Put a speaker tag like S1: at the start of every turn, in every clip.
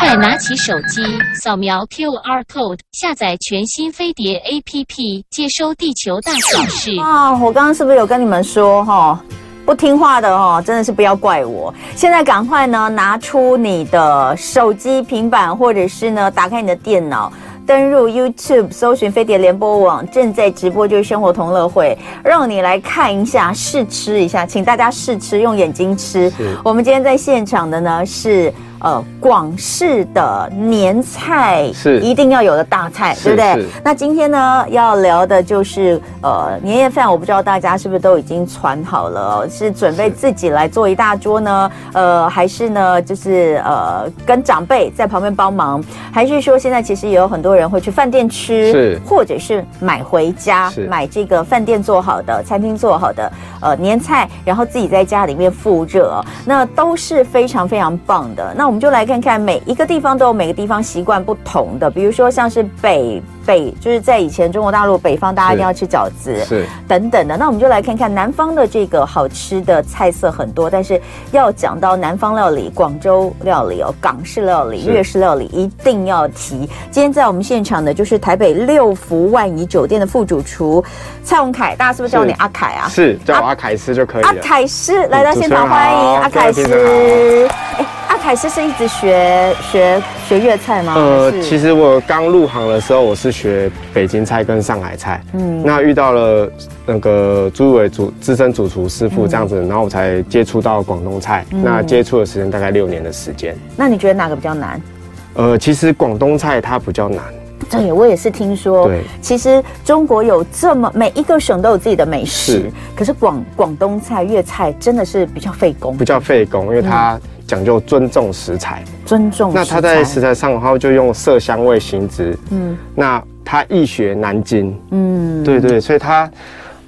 S1: 快拿起手机，扫描 QR code，下载全新飞碟 APP，接收地球大小事。
S2: 啊，我刚刚是不是有跟你们说哈、不听话的哦，真的是不要怪我。现在赶快呢，拿出你的手机、平板，或者是呢，打开你的电脑，登入 YouTube，搜寻飞碟联播网，正在直播就是生活同乐会，让你来看一下，试吃一下，请大家试吃，用眼睛吃
S3: 是。
S2: 我们今天在现场的呢是呃广式的年菜，
S3: 是
S2: 一定要有的大菜，
S3: 是
S2: 对不对
S3: 是？
S2: 那今天呢，要聊的就是呃年夜饭，我不知道大家是不是都已经传好了哦，是准备自己来做一大桌呢，呃，还是呢就是呃跟长辈在旁边帮忙，还是说现在其实也有很多人会去饭店吃
S3: 是，
S2: 或者是买回家
S3: 是
S2: 买这个饭店做好的、餐厅做好的呃年菜，然后自己在家里面复热哦，那都是非常非常棒的。那我们就来看看每一个地方都有每个地方习惯不同的，比如说像是北北，就是在以前中国大陆北方大家一定要吃饺子，
S3: 是
S2: 等等的。那我们就来看看南方的这个好吃的菜色很多，但是要讲到南方料理、广州料理哦、港式料理、
S3: 是
S2: 粤式料理，一定要提。今天在我们现场的就是台北六福万怡酒店的副主厨蔡文凯，大家是不是叫你
S3: 是
S2: 阿凯啊？
S3: 是，叫我阿凯斯就可以啊
S2: 阿
S3: 了。
S2: 凯师来到现场，欢迎阿凯
S3: 主持
S2: 师
S3: 人。
S2: 哎，阿凯师是一直学学学粤菜吗？
S3: 呃，
S2: 还是
S3: 其实我刚入行的时候，我是学北京菜跟上海菜，
S2: 嗯
S3: 嗯，那遇到了那个朱伟主资深主厨师傅这样子，然后我才接触到广东菜，那接触的时间大概六年的时间。
S2: 那你觉得哪个比较难？
S3: 呃，其实广东菜它比较难，
S2: 对，我也是听说
S3: 对，
S2: 其实中国有这么每一个省都有自己的美食
S3: 是，
S2: 可是广广东菜、粤菜真的是比较费工
S3: 比，较费工，因为它讲究尊重食材。
S2: 尊重
S3: 那
S2: 食材。
S3: 它在食材上的话，就用色香味形质。嗯，那它易学难精。
S2: 嗯，
S3: 对对，所以它，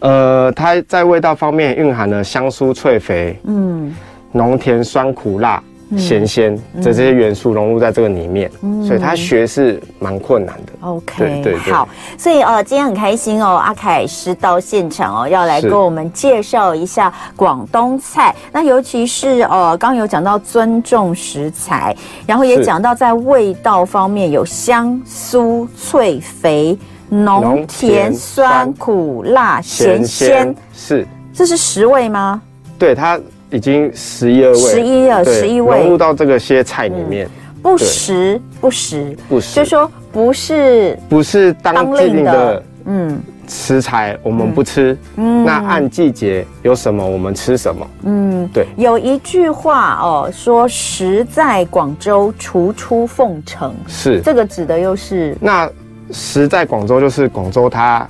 S3: 呃，它在味道方面蕴含了香酥脆肥、
S2: 嗯，
S3: 浓甜酸苦辣、咸鲜这些元素融入在这个里面，
S2: 嗯
S3: 所以它学是蛮困难的。
S2: OK，
S3: 对对对
S2: 好，所以呃，今天很开心哦，阿凯师到现场哦，要来
S3: 是
S2: 跟我们介绍一下广东菜。那尤其是呃，刚刚有讲到尊重食材，然后也
S3: 是
S2: 讲到在味道方面有香、酥、脆、肥、浓、甜、
S3: 浓甜
S2: 酸、
S3: 酸
S2: 苦、辣、咸、鲜，
S3: 是，
S2: 这是十味吗？
S3: 对它已经十一二味，
S2: 11了
S3: 对
S2: 11味
S3: 融入到这个些菜里面，
S2: 不实，不实，
S3: 不是
S2: 就是说不是，
S3: 不是当
S2: 当
S3: 季
S2: 令
S3: 令
S2: 的
S3: 的。
S2: 嗯
S3: 食材我们不吃，那按季节有什么我们吃什么。
S2: 嗯。
S3: 对，
S2: 有一句话哦，说“食在广州，厨出凤城”，
S3: 是。
S2: 这个指的又是
S3: 那食在广州就是广州它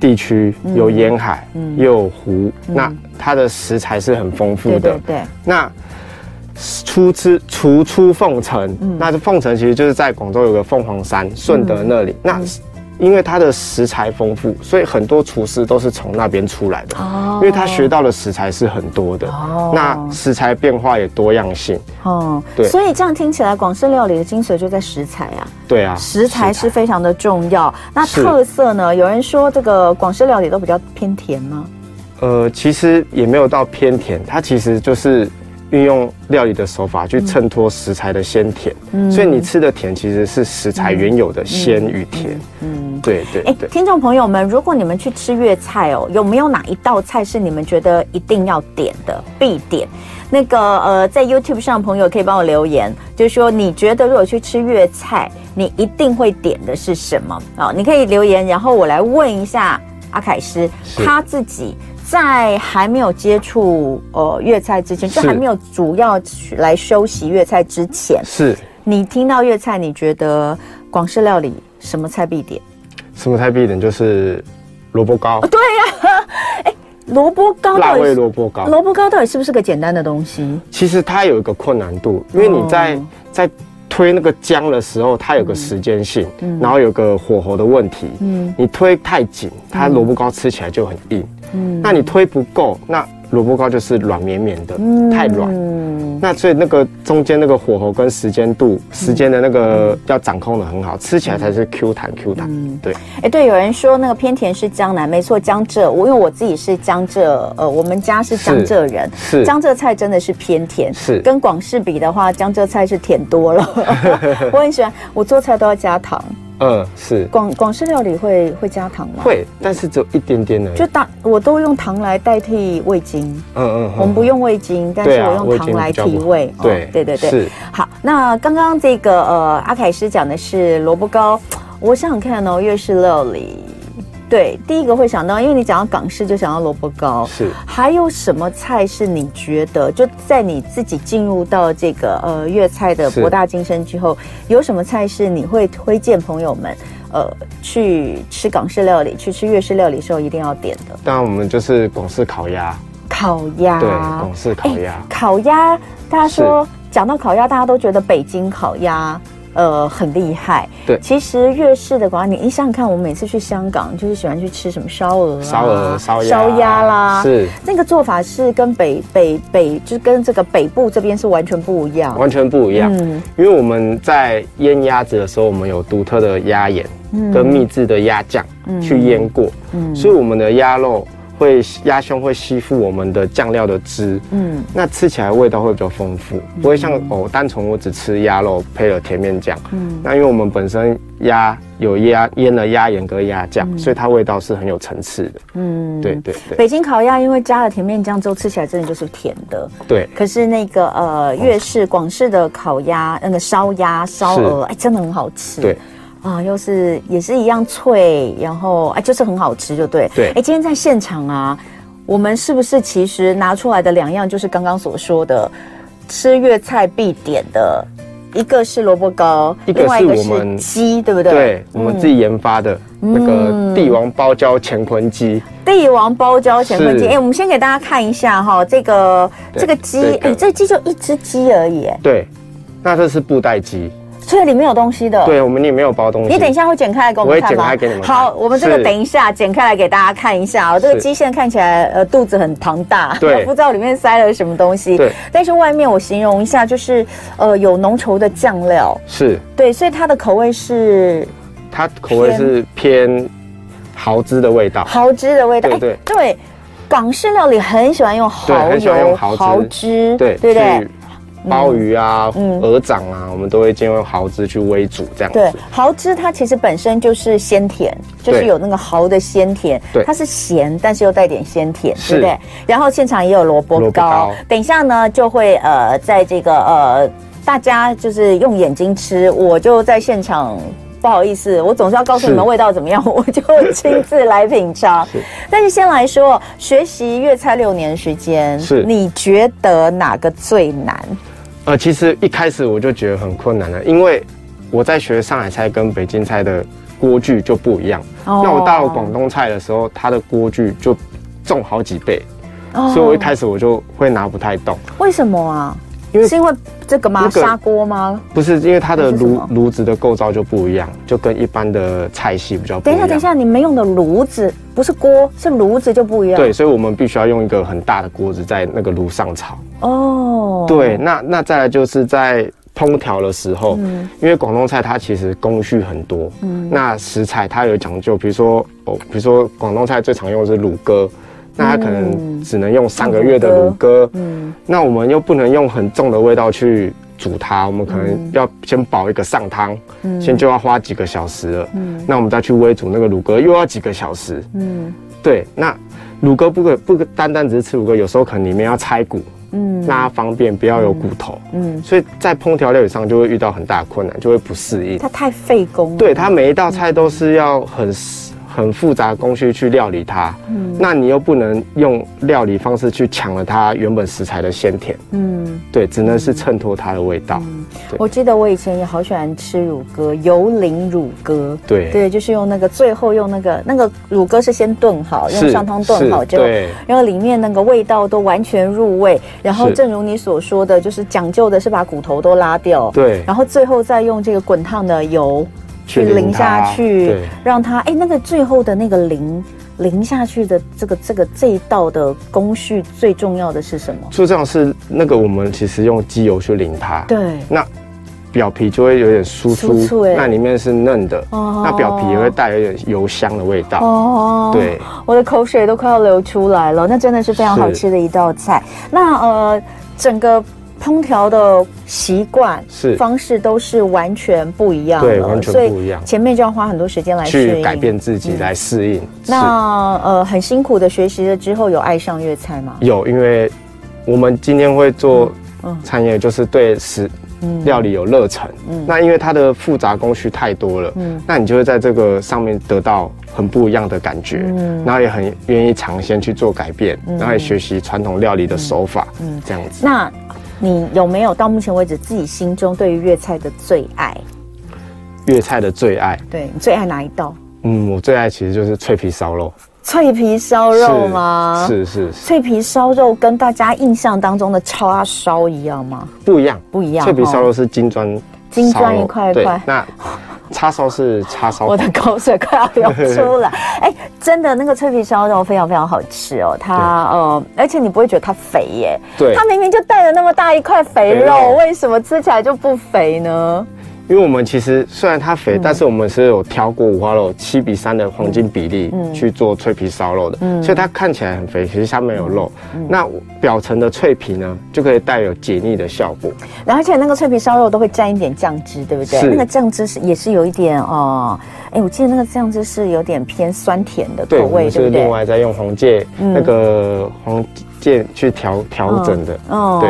S3: 地区
S2: 嗯
S3: 有沿海，也有湖，那它的食材是很丰富
S2: 对
S3: 的。
S2: 对对，
S3: 那出吃除出凤城，
S2: 嗯
S3: 那这凤城其实就是在广州有个凤凰山顺德那
S2: 嗯
S3: 里。那因为它的食材丰富，所以很多厨师都是从那边出来的。
S2: 哦
S3: 因为他学到的食材是很多的，
S2: 哦
S3: 那食材变化也多样性，
S2: 哦，
S3: 对
S2: 所以这样听起来，广式料理的精髓就在食材啊，
S3: 对啊，
S2: 食材是非常的重要。那
S3: 是
S2: 特色呢？有人说这个广式料理都比较偏甜吗？
S3: 呃，其实也没有到偏甜，它其实就是运用料理的手法
S2: 嗯
S3: 去衬托食材的鲜甜，所以你吃的甜其实是食材原有的鲜与甜。嗯，对对
S2: 哎
S3: 对，，
S2: 听众朋友们，如果你们去吃粤菜哦，有没有哪一道菜是你们觉得一定要点的必点？那个呃，在 YouTube 上的朋友可以帮我留言，就是说你觉得如果去吃粤菜，你一定会点的是什么？哦，你可以留言，然后我来问一下阿凯师
S3: 是
S2: 他自己。在还没有接触呃粤菜之前，就是还没有主要去来修习粤菜之前，
S3: 是
S2: 你听到粤菜，你觉得广式料理什么菜必点？
S3: 什么菜必点？就是萝卜
S2: 哦
S3: 糕，
S2: 萝卜糕
S3: 辣
S2: 到底
S3: 味
S2: 是
S3: 萝卜糕。
S2: 萝卜糕到底是不是个简单的东西？
S3: 其实它有一个困难度，因为你在、
S2: 哦
S3: 在推那个姜的时候，它有个时间性，
S2: 嗯
S3: 然后有个火候的问题。
S2: 嗯
S3: 你推太紧，它萝卜糕吃起来就很硬。那你推不够，那萝卜糕就是软绵绵的，
S2: 嗯
S3: 太软。那所以那个中间那个火候跟时间度，
S2: 嗯
S3: 时间的那个要掌控的很好，吃起来才是 Q 弹 Q 弹。对，
S2: 哎，对，有人说那个偏甜是江南，没错，江浙。我因为我自己是江浙，呃，我们家是江浙人，
S3: 是
S2: 江浙菜真的是偏甜，
S3: 是
S2: 跟广式比的话，江浙菜是甜多 了。我很喜欢，我做菜都要加糖。
S3: 嗯，是
S2: 广广式料理会会加糖吗？，
S3: 会，但是只有一点点而已。
S2: 就当我都用糖来代替味精。
S3: 嗯嗯，嗯
S2: 我们不。用味精，但是
S3: 对啊
S2: 我用
S3: 味
S2: 糖
S3: 精
S2: 来
S3: 比较不
S2: 提
S3: 好
S2: 味。哦
S3: 对
S2: 对对对，
S3: 是
S2: 好，那刚刚这个呃，阿凯师讲的是萝卜糕，我想想看哦，粤式料理，对，第一个会想到，因为你讲到港式就想到萝卜糕，
S3: 是
S2: 还有什么菜是你觉得就在你自己进入到这个呃粤菜的
S3: 是
S2: 博大精深之后，有什么菜是你会推荐朋友们呃去吃港式料理、去吃粤式料理的时候一定要点的？
S3: 当然我们就是广式烤鸭，
S2: 烤鸭，
S3: 对，广式烤鸭。
S2: 哎烤鸭，大家说讲到烤鸭，大家都觉得北京烤鸭。呃，很厉害。
S3: 对
S2: 其实粤式的烤鸭，你你想想看，我们每次去香港就是喜欢去吃什么烧鹅、啊、
S3: 烧鹅、烧鸭、
S2: 烧鸭啦，
S3: 是
S2: 那个做法是跟北北北，就是跟这个北部这边是完全不一样。
S3: 完全不一样。
S2: 嗯
S3: 因为我们在腌鸭子的时候，我们有独特的鸭盐跟秘制的鸭酱去腌过，所以我们的鸭肉会鸭胸会吸附我们的酱料的汁，
S2: 嗯，
S3: 那吃起来味道会比较丰富，不会像哦单纯我只吃鸭肉配了甜面酱，那因为我们本身鸭有鸭腌了鸭盐跟鸭酱，所以它味道是很有层次的，嗯，对对对
S2: 北京烤鸭因为加了甜面酱之后，吃起来真的就是甜的。
S3: 对，
S2: 可是那个呃，粤式、广式的烤鸭，那个烧鸭、烧鹅，哎，真的很好吃。
S3: 对。
S2: 啊，又是也是一样脆，然后哎，就是很好吃，就对。
S3: 对
S2: 哎，今天在现场啊，我们是不是其实拿出来的两样就是刚刚所说的吃粤菜必点的，一个是萝卜糕，
S3: 一个
S2: 另外一个
S3: 是我
S2: 是
S3: 们
S2: 鸡，对不对？
S3: 对，我们自己研发的那个帝王包椒乾坤鸡，
S2: 帝王包椒乾坤鸡，
S3: 是
S2: 哎，我们先给大家看一下哈，这个
S3: 对
S2: 这个鸡
S3: 这，个
S2: 哎，这个鸡就一只鸡而已，哎
S3: 对，那这是布袋鸡，
S2: 所以里面有东西的。
S3: 对，我们也没有包东西。
S2: 你等一，下会剪开来给我们看吗？
S3: 我会剪开给你们看
S2: 好，我们这个
S3: 是
S2: 等一下剪开来给大家看一下啊、这个
S3: 是
S2: 鸡现在看起来呃肚子很庞大，
S3: 对
S2: 不知道里面塞了什么东西。
S3: 对，
S2: 但是外面我形容一下，就是呃有浓稠的酱料，
S3: 是
S2: 对，所以它的口味是
S3: 它口味是偏蚝汁的味道，
S2: 蚝汁的味道。
S3: 对
S2: 哎
S3: 对
S2: 对，港式料理很喜欢用蚝油、
S3: 对很喜欢用蚝汁
S2: 汁
S3: 对
S2: 对不对？嗯
S3: 去鲍鱼啊、鹅掌啊，我们都会先用蚝汁去煨煮这样
S2: 对
S3: 子。，
S2: 蚝汁它其实本身就是鲜甜，就是
S3: 对
S2: 有那个蚝的鲜甜，
S3: 对
S2: 它是咸，但是又带点鲜甜，对
S3: 是
S2: 不对？然后现场也有萝卜糕，
S3: 萝卜糕
S2: 等一下呢就会呃，在这个呃，大家就是用眼睛吃，我就在现场。不好意思，我总是要告诉你们
S3: 是
S2: 味道怎么样，我就亲自来品尝
S3: 是。
S2: 但是先来说，学习粤菜六年的时间，
S3: 是
S2: 你觉得哪个最难？
S3: 呃，其实一开始我就觉得很困难了，因为我在学上海菜跟北京菜的锅具就不一样。
S2: 哦
S3: 那我到了广东菜的时候，它的锅具就重好几倍，
S2: 哦
S3: 所以我一开始我就会拿不太动。
S2: 为什么啊？
S3: 因为
S2: 是因为这个吗？
S3: 那个
S2: 砂锅吗？
S3: 不是因为它
S2: 那
S3: 的
S2: 是什
S3: 炉
S2: 么
S3: 炉子的构造就不一样，就跟一般的菜系比较不一
S2: 等一
S3: 样。
S2: 下，等一下，你们用的炉子不是锅，是炉子就不一样。
S3: 对，，所以我们必须要用一个很大的锅子在那个炉上炒。
S2: 哦，
S3: 对，，那那再来就是在烹调的时候，因为广东菜它其实工序很多，那食材它有讲究，比如说哦，比如说广东菜最常用的是乳鸽。那它可能只能用上个月的乳鸽，那我们又不能用很重的味道去煮它，我们可能要先煲一个上汤，先就要花几个小时了。那我们再去煨煮那个乳鸽又要几个小时。
S2: 嗯
S3: 对，那乳鸽不可不可单单只是吃乳鸽，有时候可能里面要拆骨，
S2: 嗯
S3: 让它方便不要有骨头，
S2: 嗯，
S3: 所以在烹调料理上就会遇到很大的困难，就会不适应。
S2: 它太费工了。
S3: 对，它每一道菜都是要很很复杂的工序去料理它，
S2: 嗯
S3: 那你又不能用料理方式去抢了它原本食材的鲜甜，
S2: 嗯，
S3: 对，只能是衬托它的味道。对
S2: 我记得我以前也好喜欢吃乳鸽，油淋乳鸽。
S3: 对
S2: 对，就是用那个最后用那个那个乳鸽是先炖好，用
S3: 是
S2: 上汤炖好
S3: 是
S2: 之后，
S3: 对
S2: 然后里面那个味道都完全入味。然后
S3: 是
S2: 正如你所说的，就是讲究的是把骨头都拉掉，
S3: 对
S2: 然后最后再用这个滚烫的油
S3: 去
S2: 去淋
S3: 淋它
S2: 下去
S3: 对，
S2: 让它哎那个最后的那个淋淋下去的这个这个这一道的工序最重要的是什么？
S3: 做这种是那个我们其实用机油去淋它，
S2: 对，
S3: 那表皮就会有点酥
S2: 酥
S3: 酥，
S2: 脆
S3: 那里面是嫩的，
S2: 哦
S3: 那表皮也会带有点油香的味道。
S2: 哦，
S3: 对，
S2: 我的口水都快要流出来了，那真的是非常
S3: 是
S2: 好吃的一道菜。那呃，整个烹调的习惯
S3: 是
S2: 方式都是完全不一样的，
S3: 对完全
S2: 所以
S3: 不一样
S2: 前面就要花很多时间来适
S3: 去
S2: 应嗯
S3: 改变。自己来适应。是
S2: 那呃，很辛苦的学习了之后，有爱上粤菜吗？
S3: 有，因为我们今天会做
S2: 嗯嗯
S3: 餐饮，就是对食
S2: 嗯
S3: 料理有热忱。那因为它的复杂工序太多了，
S2: 嗯
S3: 那你就会在这个上面得到很不一样的感觉，
S2: 嗯
S3: 然后也很愿意尝鲜去做改变，然后也学习传统料理的手法，
S2: 嗯
S3: 这样子。
S2: 那你有没有到目前为止自己心中对于粤菜的最爱？
S3: 粤菜的最爱，
S2: 对你最爱哪一道？
S3: 嗯，我最爱其实就是脆皮烧肉，
S2: 脆皮烧肉吗？
S3: 是是是，
S2: 脆皮烧肉跟大家印象当中的叉烧一样吗？
S3: 不一样，
S2: 不一样
S3: 脆皮
S2: 哦
S3: 烧肉是金砖，
S2: 金砖一块一
S3: 对
S2: 块，
S3: 那叉烧是叉烧
S2: 我
S3: 粉，
S2: 的口水快要流出 来。哎，真的那个脆皮烧肉非常非常好吃哦，它呃，而且你不会觉得它肥耶，
S3: 对
S2: 它，明明就带了那么大一块肥
S3: 肥
S2: 肉，
S3: 肉
S2: 为什么吃起来就不肥呢？
S3: 因为我们其实虽然它肥，
S2: 嗯
S3: 但是我们是有挑过五花肉七比三的黄金比例
S2: 嗯
S3: 去做脆皮烧肉的，所以它看起来很肥，其实它没有肉。
S2: 嗯
S3: 那表层的脆皮呢，就可以带有解腻的效果。
S2: 然后而且那个脆皮烧肉都会沾一点酱汁，对不对？
S3: 是
S2: 那个酱汁是也是有一点哦，哎，我记得那个酱汁是有点偏酸甜的
S3: 对，
S2: 口
S3: 我
S2: 味，对嗯
S3: 们是
S2: 不对
S3: 另？外再用黄芥那个黄芥去调调整的。
S2: 哦
S3: 对，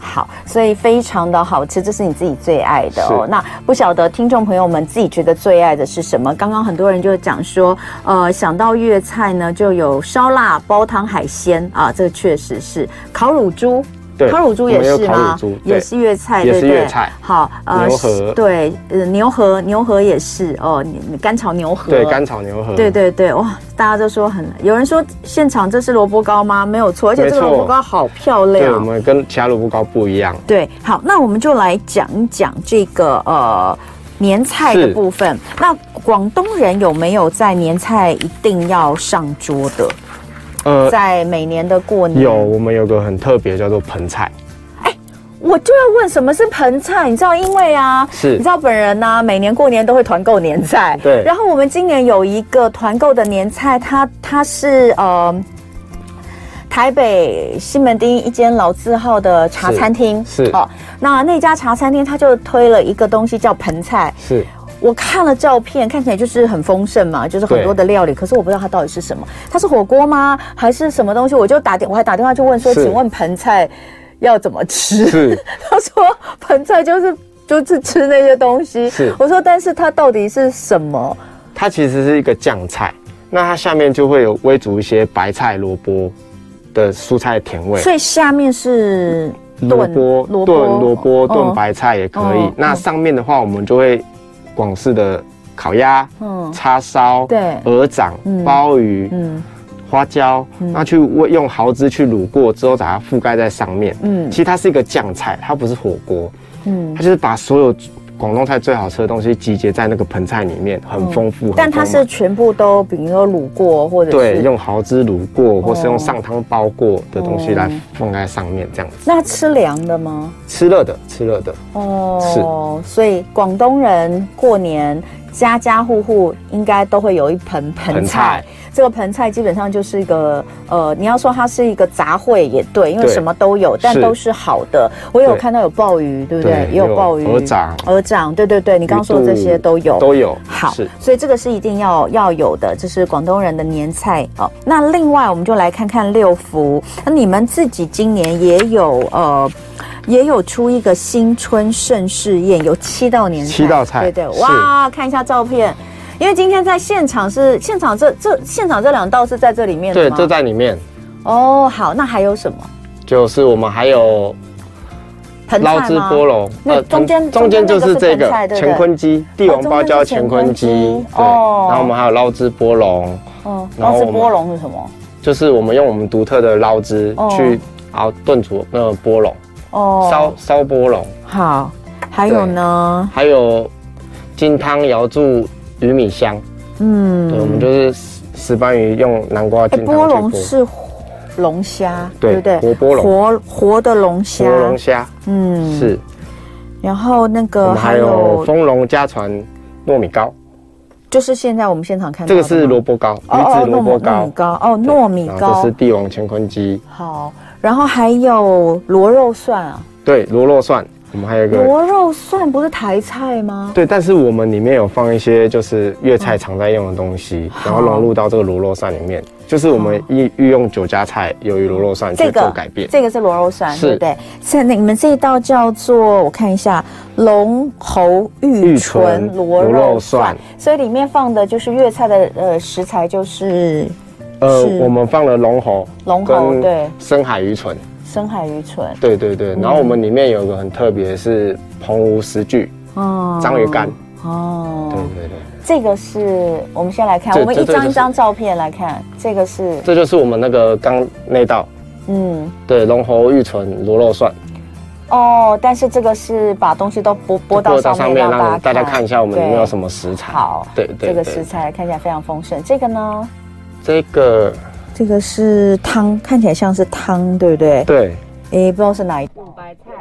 S2: 好，所以非常的好吃，这是你自己最爱的哦。
S3: 是
S2: 那不晓得听众朋友们自己觉得最爱的是什么？刚刚很多人就讲说，呃，想到粤菜呢，就有烧腊、煲汤、海鲜啊，这个确实是烤乳猪。
S3: 对
S2: 烤乳猪也
S3: 我们有
S2: 是
S3: 烤乳
S2: 吗
S3: 猪？对
S2: 也是粤菜，
S3: 也
S2: 对
S3: 是
S2: 不对
S3: 粤菜
S2: 好，
S3: 牛河
S2: 对，呃，牛河，牛河也是哦，你你干炒牛河。
S3: 对，干炒牛河。
S2: 对对对，哇！大家都说很，有人说现场这是萝卜糕吗？没有错，而且这个
S3: 没错
S2: 萝卜糕好漂
S3: 对，啊我
S2: 亮。
S3: 们跟其他萝卜糕不一样。
S2: 对，好，那我们就来讲一讲这个呃年菜的
S3: 是
S2: 部分。那广东人有没有在年菜一定要上桌的？
S3: 呃，
S2: 在每年的过年
S3: 有，我们有个很特别叫做盆菜，
S2: 我就要问什么是盆菜，你知道？因为啊，
S3: 是
S2: 你知道本人呢、每年过年都会团购年菜，
S3: 对
S2: 然后我们今年有一个团购的年菜，它它是呃。台北西门町一间老字号的茶餐厅哦
S3: 是是
S2: 那那家茶餐厅它就推了一个东西叫盆菜，
S3: 是
S2: 我看了照片，看起来就是很丰盛嘛，就是很
S3: 对
S2: 多的料理，可是我不知道它到底是什么，它是火锅吗，还是什么东西？我就打电，我还打电话去问说，
S3: 是
S2: 请问盆菜要怎么吃？
S3: 是
S2: 他说盆菜就是就是吃那些东西。
S3: 是
S2: 我说但是它到底是什么？
S3: 它其实是一个酱菜，那它下面就会有微煮一些白菜、萝卜的蔬菜甜味，
S2: 所以下面是
S3: 萝
S2: 炖
S3: 卜炖萝卜
S2: 哦
S3: 炖白菜也可以
S2: 哦。
S3: 那上面的话，我们就会广式的烤鸭、
S2: 嗯
S3: 叉烧、
S2: 对
S3: 鹅掌
S2: 嗯、
S3: 鲍鱼、
S2: 嗯
S3: 花椒，那去煨用蚝汁去卤过之后，把它覆盖在上面。
S2: 嗯
S3: 其实它是一个酱菜，它不是火锅，
S2: 嗯
S3: 它，就是把所有广东菜最好吃的东西集结在那个盆菜里面，很丰富。很
S2: 嗯但它
S3: 丰满
S2: 是全部都比如说卤过或者
S3: 对，
S2: 是
S3: 用蚝汁卤过，或是
S2: 哦
S3: 用上汤包过的东西来
S2: 哦
S3: 放在上面，这样子。
S2: 那吃凉的吗？
S3: 吃热的，吃热的，
S2: 哦，所以广东人过年家家户户应该都会有一盆盆菜。
S3: 盆菜
S2: 这个盆菜基本上就是一个呃，你要说它是一个杂烩也对，因为
S3: 对
S2: 什么都有，但
S3: 是
S2: 都是好的。我有
S3: 对
S2: 看到有鲍鱼，对不对？
S3: 对
S2: 也有鲍鱼、
S3: 有鹅掌
S2: 鹅掌，对对对，你刚刚说的这些都有。
S3: 都有。
S2: 好
S3: 是，
S2: 所以这个是一定要要有的，这是广东人的年菜哦。那另外，我们就来看看六福，那你们自己今年也有呃，也有出一个新春盛世宴，有七道年菜，
S3: 七道菜
S2: 对对，
S3: 是
S2: 哇，看一下照片，因为今天在现场是现场这这现场这两道是在这里面的
S3: 对，
S2: 吗？
S3: 这在里面
S2: 哦，好，那还有什么？
S3: 就是我们还有
S2: 盆
S3: 捞
S2: 菜
S3: 汁
S2: 吗？
S3: 波龙，
S2: 那
S3: 呃
S2: 中间
S3: 中间就是这
S2: 中间那个是盆菜
S3: 个
S2: 对不对
S3: 乾坤鸡，帝王包叫乾坤鸡，
S2: 中间是乾坤鸡
S3: 对。
S2: 哦
S3: 然后我们还有捞汁波龙，
S2: 哦，
S3: 然
S2: 捞
S3: 后
S2: 汁
S3: 我们
S2: 波龙是什么？
S3: 就是我们用我们独特的捞汁
S2: 哦
S3: 去熬炖煮那个波龙，
S2: 哦
S3: 烧烧波龙，
S2: 好，还有呢？
S3: 还有金汤瑶柱鱼米香，
S2: 嗯
S3: 对，我们就是石斑鱼用南瓜
S2: 哎，
S3: 菌
S2: 波
S3: 汤去
S2: 龙
S3: 剥，
S2: 是龙虾，
S3: 对
S2: 不对？
S3: 活波龙
S2: 活活的龙虾，
S3: 活龙虾
S2: 嗯，
S3: 是。
S2: 然后那
S3: 我
S2: 个
S3: 们
S2: 呃
S3: 还
S2: 还
S3: 有
S2: 有，
S3: 丰隆家传糯米糕，
S2: 就是现在我们现场看到
S3: 这
S2: 的
S3: 个
S2: 吗
S3: 是萝卜糕，
S2: 哦
S3: 鱼
S2: 哦
S3: 子萝卜
S2: 糯
S3: 糕
S2: 米，糕哦，
S3: 对
S2: 糯米
S3: 然后
S2: 糕
S3: 这是帝王乾坤鸡，
S2: 好，然后还有螺肉蒜啊，
S3: 对，螺肉蒜，我们还有一个。
S2: 螺肉蒜不是台菜吗？
S3: 对，但是我们里面有放一些就是粤菜常在用的东西，然后融入到这个螺肉蒜里面，就是我们御御用酒家菜，由于螺肉蒜去
S2: 这
S3: 做
S2: 个
S3: 改变。
S2: 这个是螺肉蒜，
S3: 是
S2: 对不对？现在你们这一道叫做我看一下龙喉玉唇
S3: 玉唇
S2: 螺
S3: 螺
S2: 肉
S3: 肉
S2: 蒜
S3: 蒜，
S2: 所以里面放的就是粤菜的呃食材，就是
S3: 呃，
S2: 是
S3: 我们放了龙喉、
S2: 龙喉对嗯
S3: 深海鱼唇，
S2: 深海鱼唇，
S3: 对对对。然后我们里面有一个很特别，是澎湖石具
S2: 哦
S3: 章鱼干，
S2: 哦
S3: 对，对对，
S2: 这个是我们先来看，
S3: 这
S2: 我们一
S3: 这这个
S2: 张
S3: 是
S2: 一张照片来看，这个是
S3: 这就是我们那个刚那道，
S2: 嗯。
S3: 对，龙喉玉唇螺肉蒜。
S2: 哦，但是这个是把东西都播播到
S3: 播
S2: 上面，让
S3: 让
S2: 大
S3: 大
S2: 家
S3: 家
S2: 看
S3: 看一下我们里面有什
S2: 么。
S3: 么食材。
S2: 好，
S3: 对对
S2: 这个
S3: 对
S2: 食材看起来非常丰盛。这个呢，
S3: 这个
S2: 这个是汤，看起来像是汤，对不对？
S3: 对，
S2: 诶，不知道是哪一
S4: 卤白菜，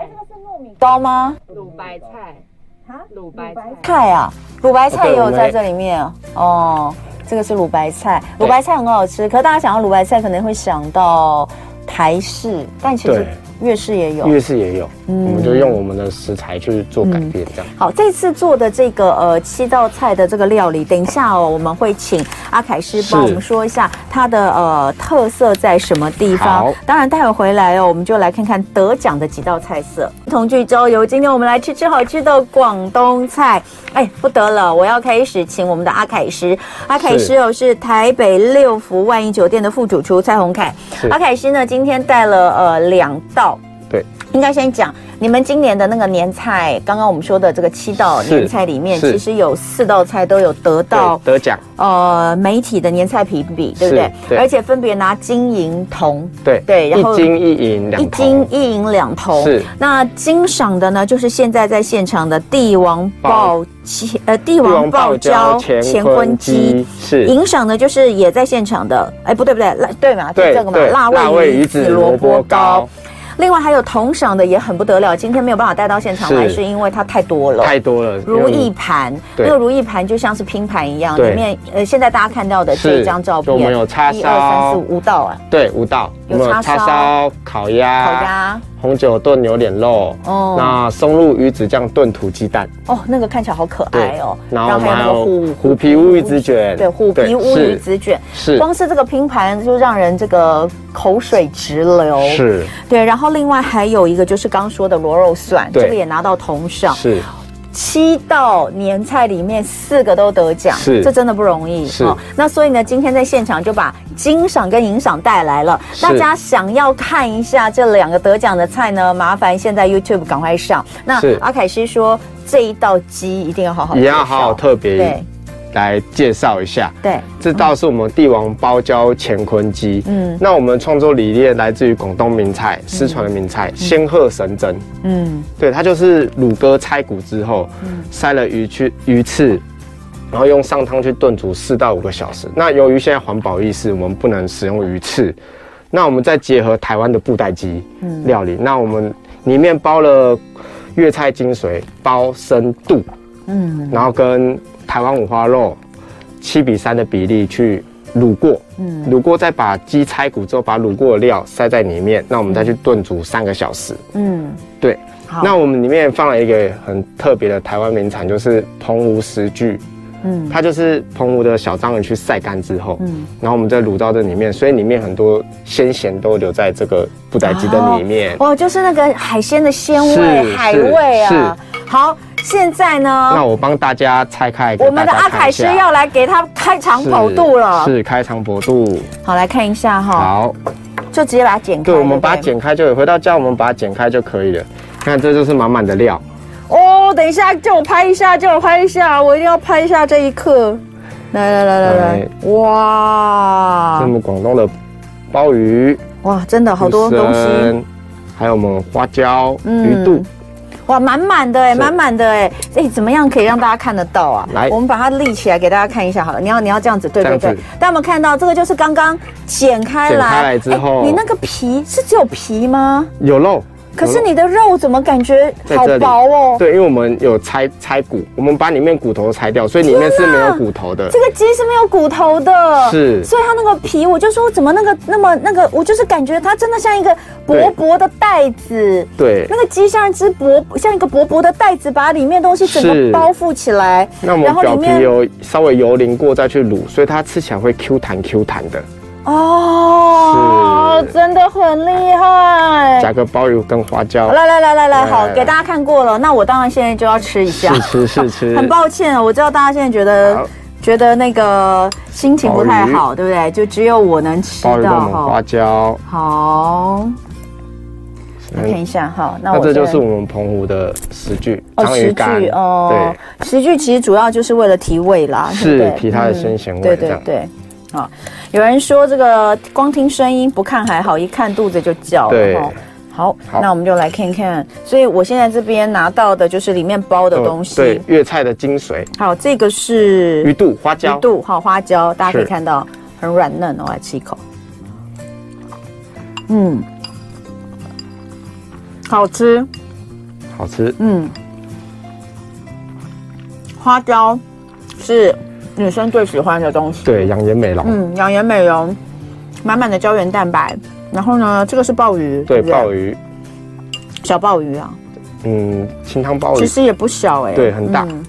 S2: 刀吗？
S4: 卤白菜，卤白菜，
S2: 菜啊，卤白菜
S3: 哦对
S2: 也有
S3: 我们
S2: 在这里面哦。这个是卤白菜，卤白菜很好吃。可是大家想到卤白菜，可能会想到台式，但其实
S3: 对
S2: 粤式也有。嗯
S3: 粤式也有，我们就用我们的食材去做改变，这样。
S2: 好，这次做的这个呃七道菜的这个料理，等一下哦，我们会请阿凯师帮我
S3: 是
S2: 们说一下它的呃特色在什么地方
S3: 好。
S2: 当然，待会回来哦，我们就来看看得奖的几道菜色。同聚周游，今天我们来吃吃好吃的广东菜。哎，不得了，我要开始请我们的阿凯师。阿凯师哦是台北六福万怡酒店的副主厨蔡宏凯。
S3: 是
S2: 阿凯师呢今天带了呃两道。
S3: 对，
S2: 应该先讲你们今年的那个年菜，刚刚我们说的这个七道
S3: 是
S2: 年菜里面，
S3: 是
S2: 其实有四道菜都有得到
S3: 对，得奖，
S2: 呃媒体的年菜评比，对不对？
S3: 是对
S2: 而且分别拿金银铜，
S3: 对
S2: 对然
S3: 一
S2: 后
S3: 金一银
S2: 一金
S3: 两铜，
S2: 一银两铜。
S3: 是
S2: 那金赏的呢，就是现在在现场的帝王
S3: 爆
S2: 爆切呃帝王爆椒乾坤鸡。
S3: 是
S2: 银赏的就是也在现场的，哎，不对不对，辣对嘛，就
S3: 对
S2: 这个嘛，
S3: 对
S2: 辣
S3: 辣
S2: 味
S3: 味
S2: 鱼
S3: 鱼
S2: 子
S3: 子
S2: 萝
S3: 萝
S2: 卜
S3: 卜
S2: 糕
S3: 糕，
S2: 另外还有同赏的也很不得了，今天没有办法带到现场来，
S3: 是
S2: 是因为它太多了。
S3: 太多了，
S2: 如
S3: 因为
S2: 意盘，
S3: 对
S2: 那个如意盘就像是拼盘一样，
S3: 对
S2: 里面呃现在大家看到的
S3: 是
S2: 这张照
S3: 就我们
S2: 片，
S3: 有叉烧
S2: 一二三四五道啊，
S3: 对五道，
S2: 有
S3: 我们
S2: 叉烧
S3: 叉烧、啊烤鸭、
S2: 烤、鸭
S3: 红酒炖牛脸肉，
S2: 哦
S3: 那松露鱼子酱炖土鸡蛋，
S2: 哦，那个看起来好可爱哦。
S3: 然后我们
S2: 还
S3: 还
S2: 有那个
S3: 有虎皮乌鱼子卷，
S2: 对，虎皮乌鱼
S3: 是
S2: 子卷，
S3: 是
S2: 光是这个拼盘就让人这个口水直流。
S3: 是
S2: 对，然后另外还有一个就是刚说的螺肉蒜，
S3: 对
S2: 这个也拿到铜赏。
S3: 是
S2: 七道年菜里面四个都得奖，
S3: 是
S2: 这真的不容易。哦
S3: 是
S2: 那所以呢，今天在现场就把金赏跟银赏带来了。
S3: 是
S2: 大家想要看一下这两个得奖的菜呢，麻烦现在 YouTube 赶快上。那
S3: 是
S2: 阿凯师说这一道鸡一定要好好
S3: 也
S2: 介
S3: 要
S2: 绍
S3: 好好特别
S2: 对
S3: 来介绍一下。
S2: 对
S3: 这道是我们帝王包椒乾坤鸡。
S2: 嗯
S3: 嗯，那我们创作理念来自于广东名菜，失传的名菜仙鹤神针。
S2: 嗯
S3: 对，它就是乳鸽拆骨之后，塞了鱼去鱼翅，然后用上汤去炖煮四到五个小时。那由于现在环保意识，我们不能使用鱼翅，那我们再结合台湾的布袋鸡
S2: 嗯
S3: 料理，那我们里面包了粤菜精髓，包深度，
S2: 嗯
S3: 然后跟台湾五花肉七比三的比例去卤过，
S2: 嗯
S3: 卤过再把鸡拆骨之后，把卤过的料塞在里面，那我们再去炖煮三个小时。
S2: 嗯，
S3: 对，
S2: 好
S3: 那我们里面放了一个很特别的台湾名产，就是澎湖石具。
S2: 嗯
S3: 它就是澎湖的小章鱼去晒干之后，
S2: 嗯
S3: 然后我们再卤到这里面，所以里面很多鲜咸都留在这个布袋鸡的里面。
S2: 哦，就是那个海鲜的鲜味、
S3: 是
S2: 海味啊
S3: 是。
S2: 好，现在
S3: 那
S2: 呢，
S3: 我帮大家拆开，给
S2: 我们的
S3: 大家
S2: 阿
S3: 看
S2: 凯
S3: 一
S2: 师
S3: 下
S2: 要来给他开肠剖肚了。
S3: 是是开肠薄肚。
S2: 好，来看一下哈，
S3: 好，
S2: 就直接把它剪开。
S3: 对，我们把它
S2: 不
S3: 剪开就有，回到家我们把它剪开就可以了。看，这就是满满的料。
S2: 哦，等一下，叫我拍一下，叫我拍一下，我一定要拍一下这一刻。来来来来来，
S3: 这是
S2: 哇
S3: 我们广东哎的鲍鱼、
S2: 哇，真的好多
S3: 刺
S2: 东西
S3: 身，还有我们花椒、
S2: 嗯
S3: 鱼肚，
S2: 哇，满满的哎，
S3: 是
S2: 满满的哎，哎，怎么样可以让大家看得到啊？
S3: 来
S2: 我们把它立起来给大家看一下好了。你要你要这样子，对
S3: 这
S2: 对
S3: 样子
S2: 对。大家有没有看到这个？就是刚刚剪开来，
S3: 剪开来之后
S2: 哎你那个皮是只有皮吗？
S3: 有肉，
S2: 可是
S3: 有肉
S2: 你的肉怎么感觉
S3: 在
S2: 好
S3: 这里
S2: 薄哦？，
S3: 对，因为我们有拆拆骨，我们把里面骨头拆掉，所以里面是没有骨头的
S2: 这。个鸡是没有骨头的，
S3: 是
S2: 所以它那个皮，我就说怎么那个那么那个，我就是感觉它真的像一个薄
S3: 对
S2: 薄的袋子。
S3: 对
S2: 那，个鸡像一只薄，像一个薄薄的袋子，把里面东西整个
S3: 是
S2: 包覆起来。
S3: 那我们表皮有稍微油淋过再去卤，所以它吃起来会 Q 弹 Q 弹的。
S2: 哦，
S3: 是
S2: 真的很厉害。
S3: 加个鲍鱼跟花椒，
S2: 来来来来来，好
S3: 来，来
S2: 给大家看过了，那我当然现在就要吃一下。
S3: 试吃试 吃。
S2: 很抱歉哦，我知道大家现在觉得
S3: 好
S2: 觉得那个心情不太好，对不对？就只有我能吃
S3: 鲍鱼跟
S2: 到
S3: 我们花
S2: 哈。
S3: 椒，
S2: 好，
S3: 嗯
S2: 看一下哈，那
S3: 那
S2: 我
S3: 这就是
S2: 现在
S3: 我们澎湖的食具
S2: 哦
S3: 章
S2: 食
S3: 鱼干
S2: 具。哦，食具其实主要就是为了提味啦，对
S3: 是
S2: 不对
S3: 提它的
S2: 嗯
S3: 鲜咸味
S2: 对
S3: 这
S2: 对
S3: 样
S2: 对，啊，有人说这个光听声音不看还好，一看肚子就叫
S3: 对
S2: 了哈。好，
S3: 好
S2: 那我们就来看看。所以我现在这边拿到的就是里面包的
S3: 对，
S2: 东西。
S3: 哦对，粤菜的精髓，
S2: 好，这个是
S3: 鱼肚、花椒
S2: 鱼，肚好花椒，大家可以
S3: 是
S2: 看到很软嫩哦，来吃一口。嗯，好吃。
S3: 好吃。
S2: 嗯，花椒是女生最喜欢的东西。
S3: 对，养颜美容。
S2: 嗯，养颜美容，满满的胶原蛋白。然后呢，这个是鲍鱼，
S3: 对，
S2: 不
S3: 鲍鱼，
S2: 小鲍鱼啊，
S3: 嗯，清汤鲍鱼
S2: 其。实也不小哎、
S3: 对很大
S2: 嗯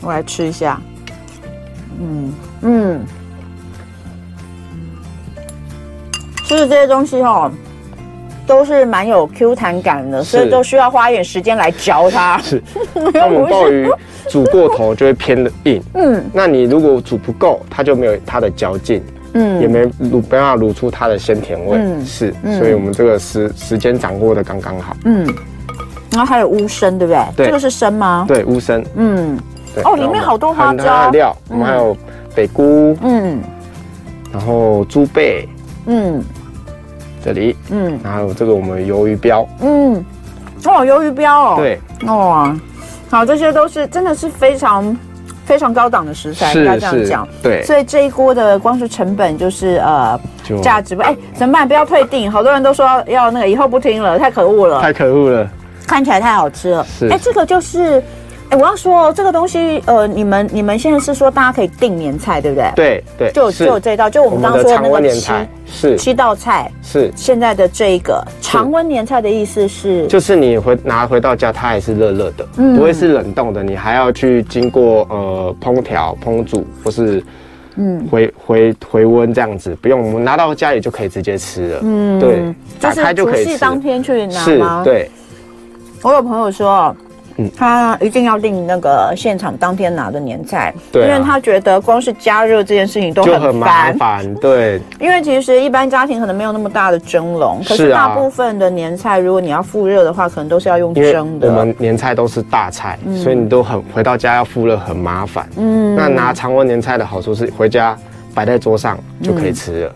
S2: 我来吃一下，嗯嗯，吃的这些东西哦，都是蛮有 Q 弹感的，所以
S3: 是
S2: 都需要花一点时间来嚼 它。
S3: 是，那我们 鲍鱼煮过头就会偏的硬，
S2: 嗯
S3: 那你如果煮不够，它就没有它的嚼劲，
S2: 嗯，
S3: 也没卤没办法卤出它的鲜甜味。
S2: 嗯
S3: 是，
S2: 嗯
S3: 所以我们这个时时间掌握的刚刚好。
S2: 嗯，然后还有乌参，对不对？
S3: 对
S2: 这个是参吗？
S3: 对，乌参。
S2: 嗯
S3: 对
S2: 哦
S3: 然后
S2: 里面好多
S3: 还有
S2: 花椒
S3: 它的料，我们还有北菇，
S2: 嗯
S3: 然后猪背
S2: 嗯
S3: 这里，
S2: 嗯
S3: 然后还有这个我们鱿鱼标，
S2: 嗯，哦，鱿鱼标哦，，
S3: 对，
S2: 哇，好，这些都是真的是非常非常高档的食材，应该这样讲。
S3: 对，嗯
S2: 所以这一锅的光是成本就是呃
S3: 就
S2: 价值不哎怎么办？不要退订，好多人都说要要那个以后不听了，太可恶了，
S3: 太可恶了。
S2: 看起来太好吃了。
S3: 是
S2: 哎，这个就是哎我要说哦这个东西呃你们你们现在是说大家可以订年菜对不对？
S3: 对对，
S2: 就是就有这道，就我
S3: 我
S2: 们
S3: 们
S2: 刚刚说
S3: 的
S2: 的
S3: 常
S2: 那
S3: 温
S2: 个
S3: 年
S2: 七
S3: 菜是
S2: 七道菜，
S3: 是，
S2: 现在的这一个常温年菜的意思是
S3: 就是你回拿回到家，它还是热热的，
S2: 嗯
S3: 不会是冷冻的，你还要去经过呃烹调、烹煮或是。
S2: 嗯
S3: 嗯，回回回温这样子，不用，我们拿到家里就可以直接吃了。嗯，对，
S2: 就
S3: 打
S2: 是
S3: 开就
S2: 除
S3: 可以
S2: 夕
S3: 吃。
S2: 当天去拿
S3: 是
S2: 吗？，。
S3: 对，
S2: 我有朋友说，哦
S3: 嗯
S2: 他一定要订那个现场当天拿的年菜，
S3: 对啊
S2: 因为他觉得光是加热这件事情都
S3: 就
S2: 很
S3: 很麻
S2: 烦。
S3: 烦。对，
S2: 因为其实一般家庭可能没有那么大的蒸笼，可是
S3: 是啊
S2: 大部分的年菜，如果你要复热的话，可能都是要用
S3: 因为
S2: 蒸
S3: 我
S2: 的。嗯
S3: 们年菜都是大菜，所以你都很回到家要复热很麻烦。嗯，那拿常温年菜的好处是回家摆在桌上就可以吃了。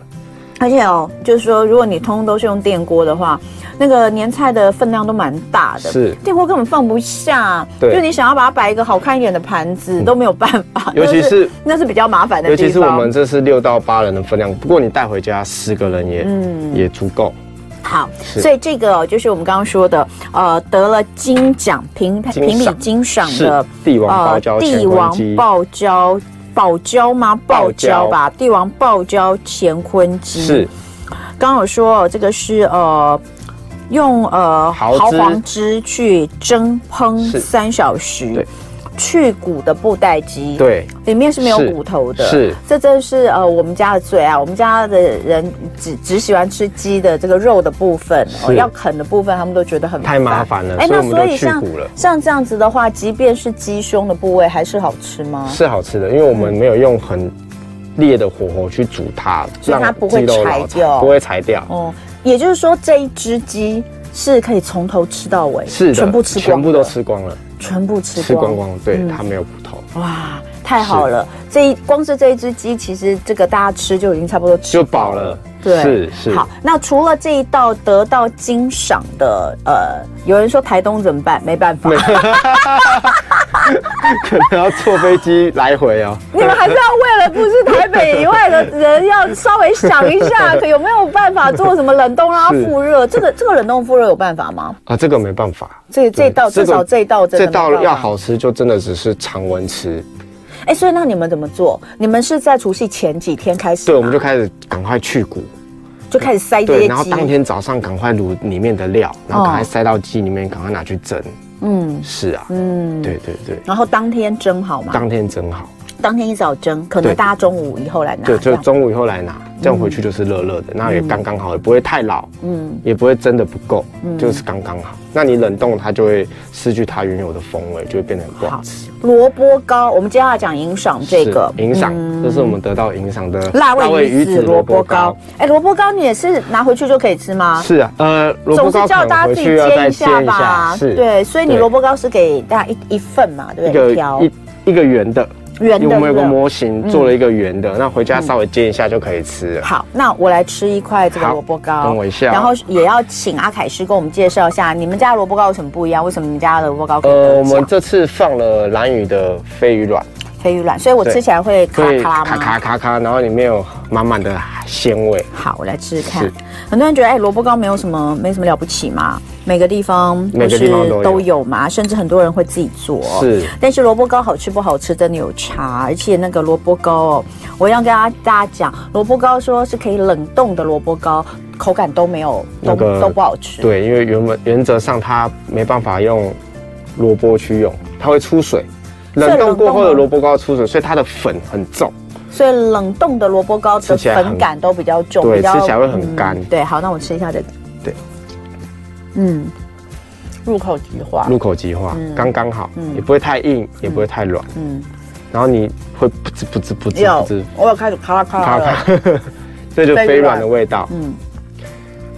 S2: 而且哦，就是说，如果你通通都是用电锅的话，那个年菜的分量都蛮大的，
S3: 是
S2: 电锅根本放不下。
S3: 对嗯
S2: 就你想要把它摆一个好看一点的盘子、都没有办法，
S3: 尤其
S2: 那
S3: 是
S2: 那是比较麻烦的地
S3: 尤
S2: 方。
S3: 其是我们这是六到八人的分量，不过你带回家十个人也、
S2: 嗯
S3: 也足够。
S2: 好，
S3: 是
S2: 所以这个哦就是我们刚刚说的，呃，得了金奖评
S3: 金
S2: 评比
S3: 赏
S2: 金赏
S3: 是
S2: 的呃
S3: 帝王包胶
S2: 哦帝
S3: 乾坤
S2: 王
S3: 鸡，
S2: 爆椒爆椒吗？爆
S3: 爆
S2: 椒
S3: 椒
S2: 吧，帝王爆椒乾坤鸡。
S3: 是，
S2: 刚刚有说哦这个是呃。用呃
S3: 蚝汁
S2: 蚝黄汁去蒸烹
S3: 是
S2: 三小时
S3: 对，
S2: 去骨的布袋鸡，，
S3: 对，
S2: 里面是没有
S3: 是
S2: 骨头的，
S3: 是
S2: 这真是呃我们家的最爱，我们家的人只只喜欢吃鸡的这个肉的部分，哦
S3: 是
S2: 要啃的部分他们都觉得很
S3: 太麻烦了
S2: 哎，
S3: 所
S2: 那
S3: 以我们
S2: 所
S3: 就
S2: 以
S3: 去
S2: 像
S3: 骨了
S2: 像这样子的话，即便是鸡胸的部位，还是好吃吗？
S3: 是好吃的，因为我们没有用很烈的火候去煮它，
S2: 所以它不会
S3: 鸡肉
S2: 柴
S3: 老柴
S2: 掉
S3: 不会柴掉。
S2: 哦，也就是说这一只鸡是可以从头吃到尾，
S3: 是的，
S2: 全部吃光，
S3: 全部都，吃光了，
S2: 全部吃
S3: 吃
S2: 光，嗯
S3: 光光。对，它没有骨头。
S2: 哇，太好了！这一光是这一只鸡，其实这个大家吃就已经差不多吃
S3: 就饱了。
S2: 对
S3: 是是。
S2: 好，那除了这一道得到金赏的，呃，有人说台东怎么办？没办法，
S3: 可能要坐飞机来回哦。
S2: 你们还是要为了不是台北以外的人，要稍微想一 下，可有没有办法做什么冷冻让它
S3: 是
S2: 复热？这个这个冷冻复热有办法吗？
S3: 啊，这个没办法。
S2: 这这道
S3: 对
S2: 至少这一道真的
S3: 这道
S2: 没办法
S3: 要。好吃，就真的只是常温吃。
S2: 哎，所以那你们怎么做？你们是在除夕前几天开始吗？
S3: 对，我们就开始赶快去骨，
S2: 就开始塞这些鸡。
S3: 对，然后当天早上赶快卤里面的料，然后赶
S2: 哦
S3: 快塞到鸡里面，赶快拿去蒸。
S2: 嗯
S3: 是啊，
S2: 嗯，
S3: 对对对，
S2: 然后当天蒸好吗？
S3: 当天蒸好，
S2: 当天一早蒸，可能
S3: 对
S2: 大家中午以后来拿。
S3: 对，
S2: 这
S3: 就
S2: 样
S3: 中午以后来拿，这样回去就是热热的，那也刚刚好，也不会太老，
S2: 嗯
S3: 也不会蒸的不够，就是刚刚好。那你冷冻它就会失去它原有的风味，就会变得很不好吃。
S2: 萝卜糕，我们接下来讲银赏这个嗯
S3: 是银赏，这是我们得到银赏的
S2: 辣味鱼子萝卜糕。。哎，萝卜糕你也是拿回去就可以吃吗？
S3: 是啊，呃，萝
S2: 总是
S3: 卜糕
S2: 叫
S3: 可
S2: 大家
S3: 能回
S2: 自己
S3: 去要
S2: 煎
S3: 再
S2: 一下
S3: 煎一
S2: 吧
S3: 下，，是，
S2: 对，所以你
S3: 对
S2: 萝卜糕是给大家一一份嘛，对
S3: 一
S2: 不对？
S3: 个
S2: 一条
S3: 一一个圆的，
S2: 圆的
S3: 我们有
S2: 对不
S3: 个
S2: 对
S3: 模型做了一个圆的，那回家稍微煎一下就可以吃了。
S2: 好，那我来吃一块这个
S3: 好
S2: 萝卜糕，
S3: 等我一下啊
S2: 然后也要请阿凯师跟我们介绍一下你们家的萝卜糕有什么不一样，为什么你们家的萝卜糕可以
S3: 呃，我
S2: 得
S3: 们
S2: 奖？
S3: 这次放了蓝鱼的飞鱼卵，
S2: 飞鱼卵，所以我吃起来会咔
S3: 会
S2: 啦咔啦
S3: 咔
S2: 吗？
S3: 咔咔咔，然后里面有满满的鲜味。
S2: 好，我来试试看
S3: 是。
S2: 很多人觉得，哎，萝卜糕没有什么，没什么了不起嘛，每个地方不
S3: 每个
S2: 是
S3: 地方都有
S2: 都有嘛，甚至很多人会自己做。
S3: 是
S2: 但是萝卜糕好吃不好吃真的有差，而且那个萝卜糕哦，我要跟大家大家讲，萝卜糕说是可以冷冻的萝卜糕，口感都没有，都、
S3: 那个
S2: 都不好吃。，
S3: 对，因为原本原则上它没办法用萝卜去用，它会出水。
S2: 所以
S3: 冷冻
S2: 冷冻
S3: 过后的
S2: 吗
S3: 萝卜糕出水，所以它的粉很重。
S2: 所以冷冻的萝卜糕的
S3: 吃起来很
S2: 粉感都比较重，
S3: 对
S2: 比较
S3: 吃起来会很干
S2: 嗯对，好，那我吃一下这个。
S3: 对，
S2: 嗯，入口即化。
S3: 入口即化，刚刚好，也不会太硬，也不会太软，
S2: 嗯
S3: 嗯，然后你会不滋不滋不滋不
S2: 有
S3: 滋，，
S2: 我有开始咔啦咔啦
S3: 咔
S2: 了。
S3: 咔， 这就飞软的味道，
S2: 嗯
S3: 嗯。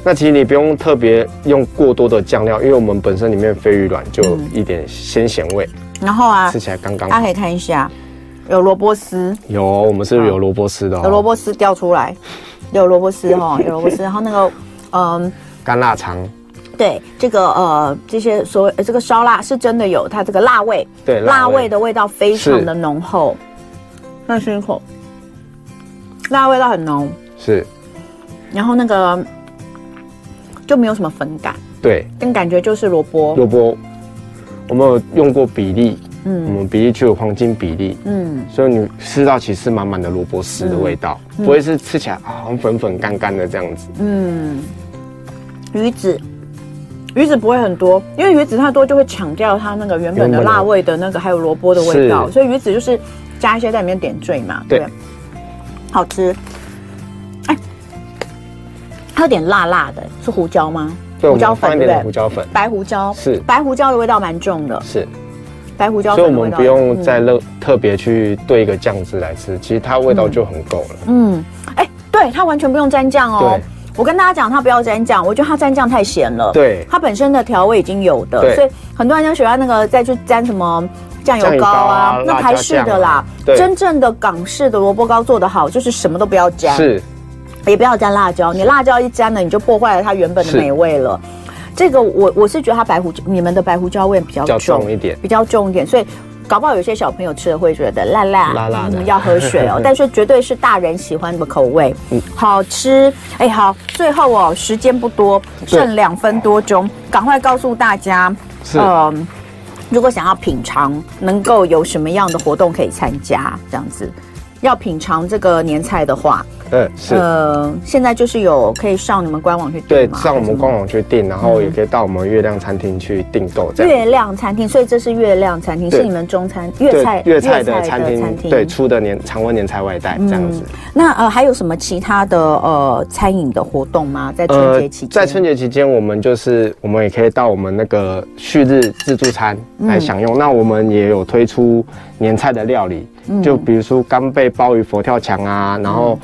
S3: 那其实你不用特别用过多的酱料，因为我们本身里面飞鱼卵就有一点鲜咸味，
S2: 然后嗯啊
S3: 吃，起来刚刚
S2: 大家
S3: 好。
S2: 可以看一下，有萝卜丝，
S3: 有哦，我们是有萝卜丝的、哦，
S2: 啊有萝卜丝掉出来，有萝卜丝 哈，有萝卜丝。然后那个，嗯，
S3: 干腊肠，
S2: 对，这个呃，这些所谓呃这个烧腊是真的有它这个辣味，
S3: 对
S2: 辣
S3: 辣味
S2: 味的味道非常的浓厚。再吃一口，辣味道很浓，
S3: 是
S2: 然后那个就没有什么粉感，
S3: 对
S2: 但感觉就是萝卜，
S3: 萝卜，我们有用过比例，
S2: 嗯
S3: 我们比例就有黄金比例，
S2: 嗯，
S3: 所以你吃到其实满满的萝卜丝的味道，不会是吃起来啊好像粉粉干干的这样子。
S2: 嗯，鱼子，鱼子不会很多，因为鱼子太多就会抢掉它那个原本
S3: 原
S2: 的
S3: 本的
S2: 辣味的那个，还有萝卜的味道，
S3: 是
S2: 所以鱼子就是加一些在里面点缀嘛。
S3: 对
S2: 好吃。哎，它有点辣辣的，是胡椒吗？
S3: 对，我
S2: 胡
S3: 们
S2: 椒
S3: 放
S2: 粉
S3: 一
S2: 对
S3: 点点
S2: 不
S3: 胡
S2: 对？
S3: 椒粉，
S2: 白胡椒
S3: 是
S2: 白胡椒的味道蛮重的，
S3: 是，
S2: 白胡椒
S3: 所以
S2: 粉
S3: 我
S2: 的味
S3: 们
S2: 道。嗯
S3: 不用再热特别去兑一个酱汁来吃，其实它味道就很够了。
S2: 嗯，哎，对，它完全不用沾酱哦
S3: 对。
S2: 我跟大家讲，它不要沾酱，我觉得它沾酱太咸了。
S3: 对
S2: 它本身的调味已经有的，
S3: 对
S2: 所以很多人就喜欢那个再去沾什么酱油
S3: 酱油
S2: 膏
S3: 膏
S2: 啊
S3: 啊，
S2: 那
S3: 辣
S2: 台
S3: 椒
S2: 式的
S3: 酱啊
S2: 啦。
S3: 对
S2: 真正的港式的萝卜糕做得好，就是什么都不要沾，
S3: 是
S2: 也不要沾辣椒。你辣椒一沾了，你就破坏了它原本的
S3: 是
S2: 美味了。这个我我是觉得它白胡椒，你们的白胡椒味比较
S3: 比较
S2: 重
S3: 重一点
S2: 比较重一点，所以。搞不好有些小朋友吃了会觉得辣辣，
S3: 辣辣的
S2: 要喝水 哦。但是绝对是大人喜欢的口味，
S3: 嗯
S2: 好吃。哎，好，最后哦，时间不多，
S3: 对
S2: 剩两分多钟，赶快告诉大家，
S3: 是
S2: 嗯如果想要品尝，能够有什么样的活动可以参加？这样子，要品尝这个年菜的话，
S3: 嗯是。
S2: 呃，现在就是有可以上你们官网去
S3: 对
S2: 订，吗？
S3: 上
S2: 嗯
S3: 我
S2: 还是
S3: 们
S2: 什么
S3: 官网去订，然后也可以到我们月亮餐厅去订购这样。
S2: 月亮餐厅，所以这是月亮餐厅，
S3: 对
S2: 是你们中餐粤菜
S3: 粤菜的餐厅，对，出的年常温年菜外
S2: 嗯
S3: 带这样子。
S2: 那呃，还有什么其他的呃餐饮的活动吗？在春节期间，
S3: 呃在春节期间，我们就是我们也可以到我们那个旭日自助餐
S2: 嗯
S3: 来享用。那我们也有推出年菜的料理，
S2: 嗯
S3: 就比如说干贝鲍鱼佛跳墙啊，然后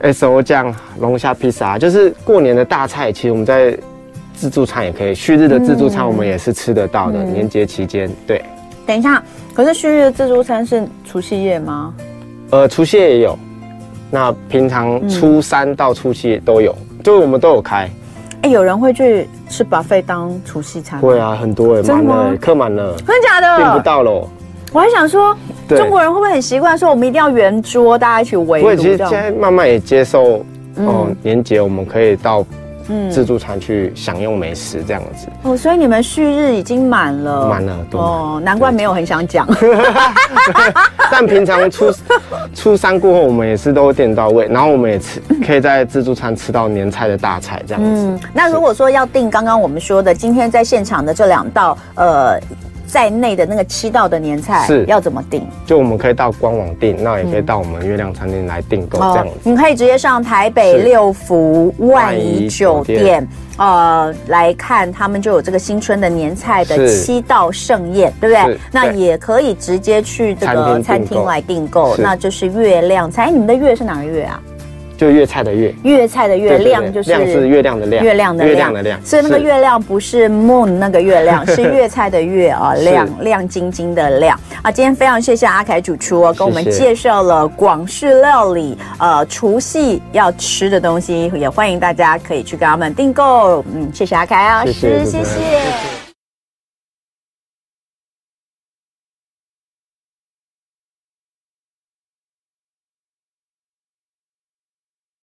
S3: S O 酱龙虾披萨啊，就是过年的大菜。其实我们
S2: 嗯
S3: 在自助餐也可以，旭日的自助餐我们也是吃得到的。年节期间，对，
S2: 等一下，可是旭日的自助餐是除夕夜吗？
S3: 呃，除夕夜也有，那平常初三到初七都有，就是我们都有开。
S2: 哎，有人会去吃 buffet 当除夕餐？
S3: 会，啊，很多哎，
S2: 真的
S3: 满
S2: 吗
S3: 了，客满了，
S2: 真的假
S3: 订不
S2: 的？
S3: 到喽。
S2: 我还想说，
S3: 对
S2: 中国人会不会很习惯说我们一定要圆桌，大家一起围
S3: 不过
S2: 炉
S3: 其实
S2: 这
S3: 现
S2: 样？
S3: 在慢慢也接受，哦
S2: 嗯，
S3: 年节我们可以到自
S2: 嗯，
S3: 助餐去享用美食这样子。
S2: 哦，所以你们旭日已经满了，
S3: 满了都满
S2: 哦，难怪没有很想讲。
S3: 但平常初 初三过后，我们也是都点到位，然后我们也吃，可以在自助餐吃到年菜的大菜这样子。
S2: 嗯，那如果说要订刚刚我们说的今天在现场的这两道，呃，在内的那个七道的年菜，
S3: 是
S2: 要怎么订？
S3: 就我们可以到官网订，那也可以到我们月亮餐厅来订购哦这样子。
S2: 哦你可以直接上台北
S3: 是
S2: 六福万
S3: 万
S2: 怡
S3: 怡
S2: 酒
S3: 酒店
S2: 店，呃，来看他们就有这个新春的年菜的
S3: 是
S2: 七道盛宴，对不对
S3: 是？
S2: 那
S3: 对
S2: 也可以直接去这个
S3: 餐厅订购
S2: 餐厅来订购，
S3: 是
S2: 那就是月亮菜。哎，你们的月是哪个月啊？
S3: 就粤菜的粤，
S2: 月菜的月
S3: 对对对
S2: 亮就是
S3: 亮是月亮的亮，
S2: 月亮的
S3: 月
S2: 亮
S3: 亮的亮，
S2: 所以那个
S3: 是
S2: 月亮不是 moon 那个月亮，是粤菜的粤啊，
S3: 是
S2: 亮亮晶晶的亮啊。今天非常谢谢阿凯主厨哦，跟我们
S3: 谢谢
S2: 介绍了广式料理，呃，除夕要吃的东西，也欢迎大家可以去跟他们订购。嗯，谢谢阿凯老
S3: 谢
S2: 师，
S3: 谢主持人
S2: 谢谢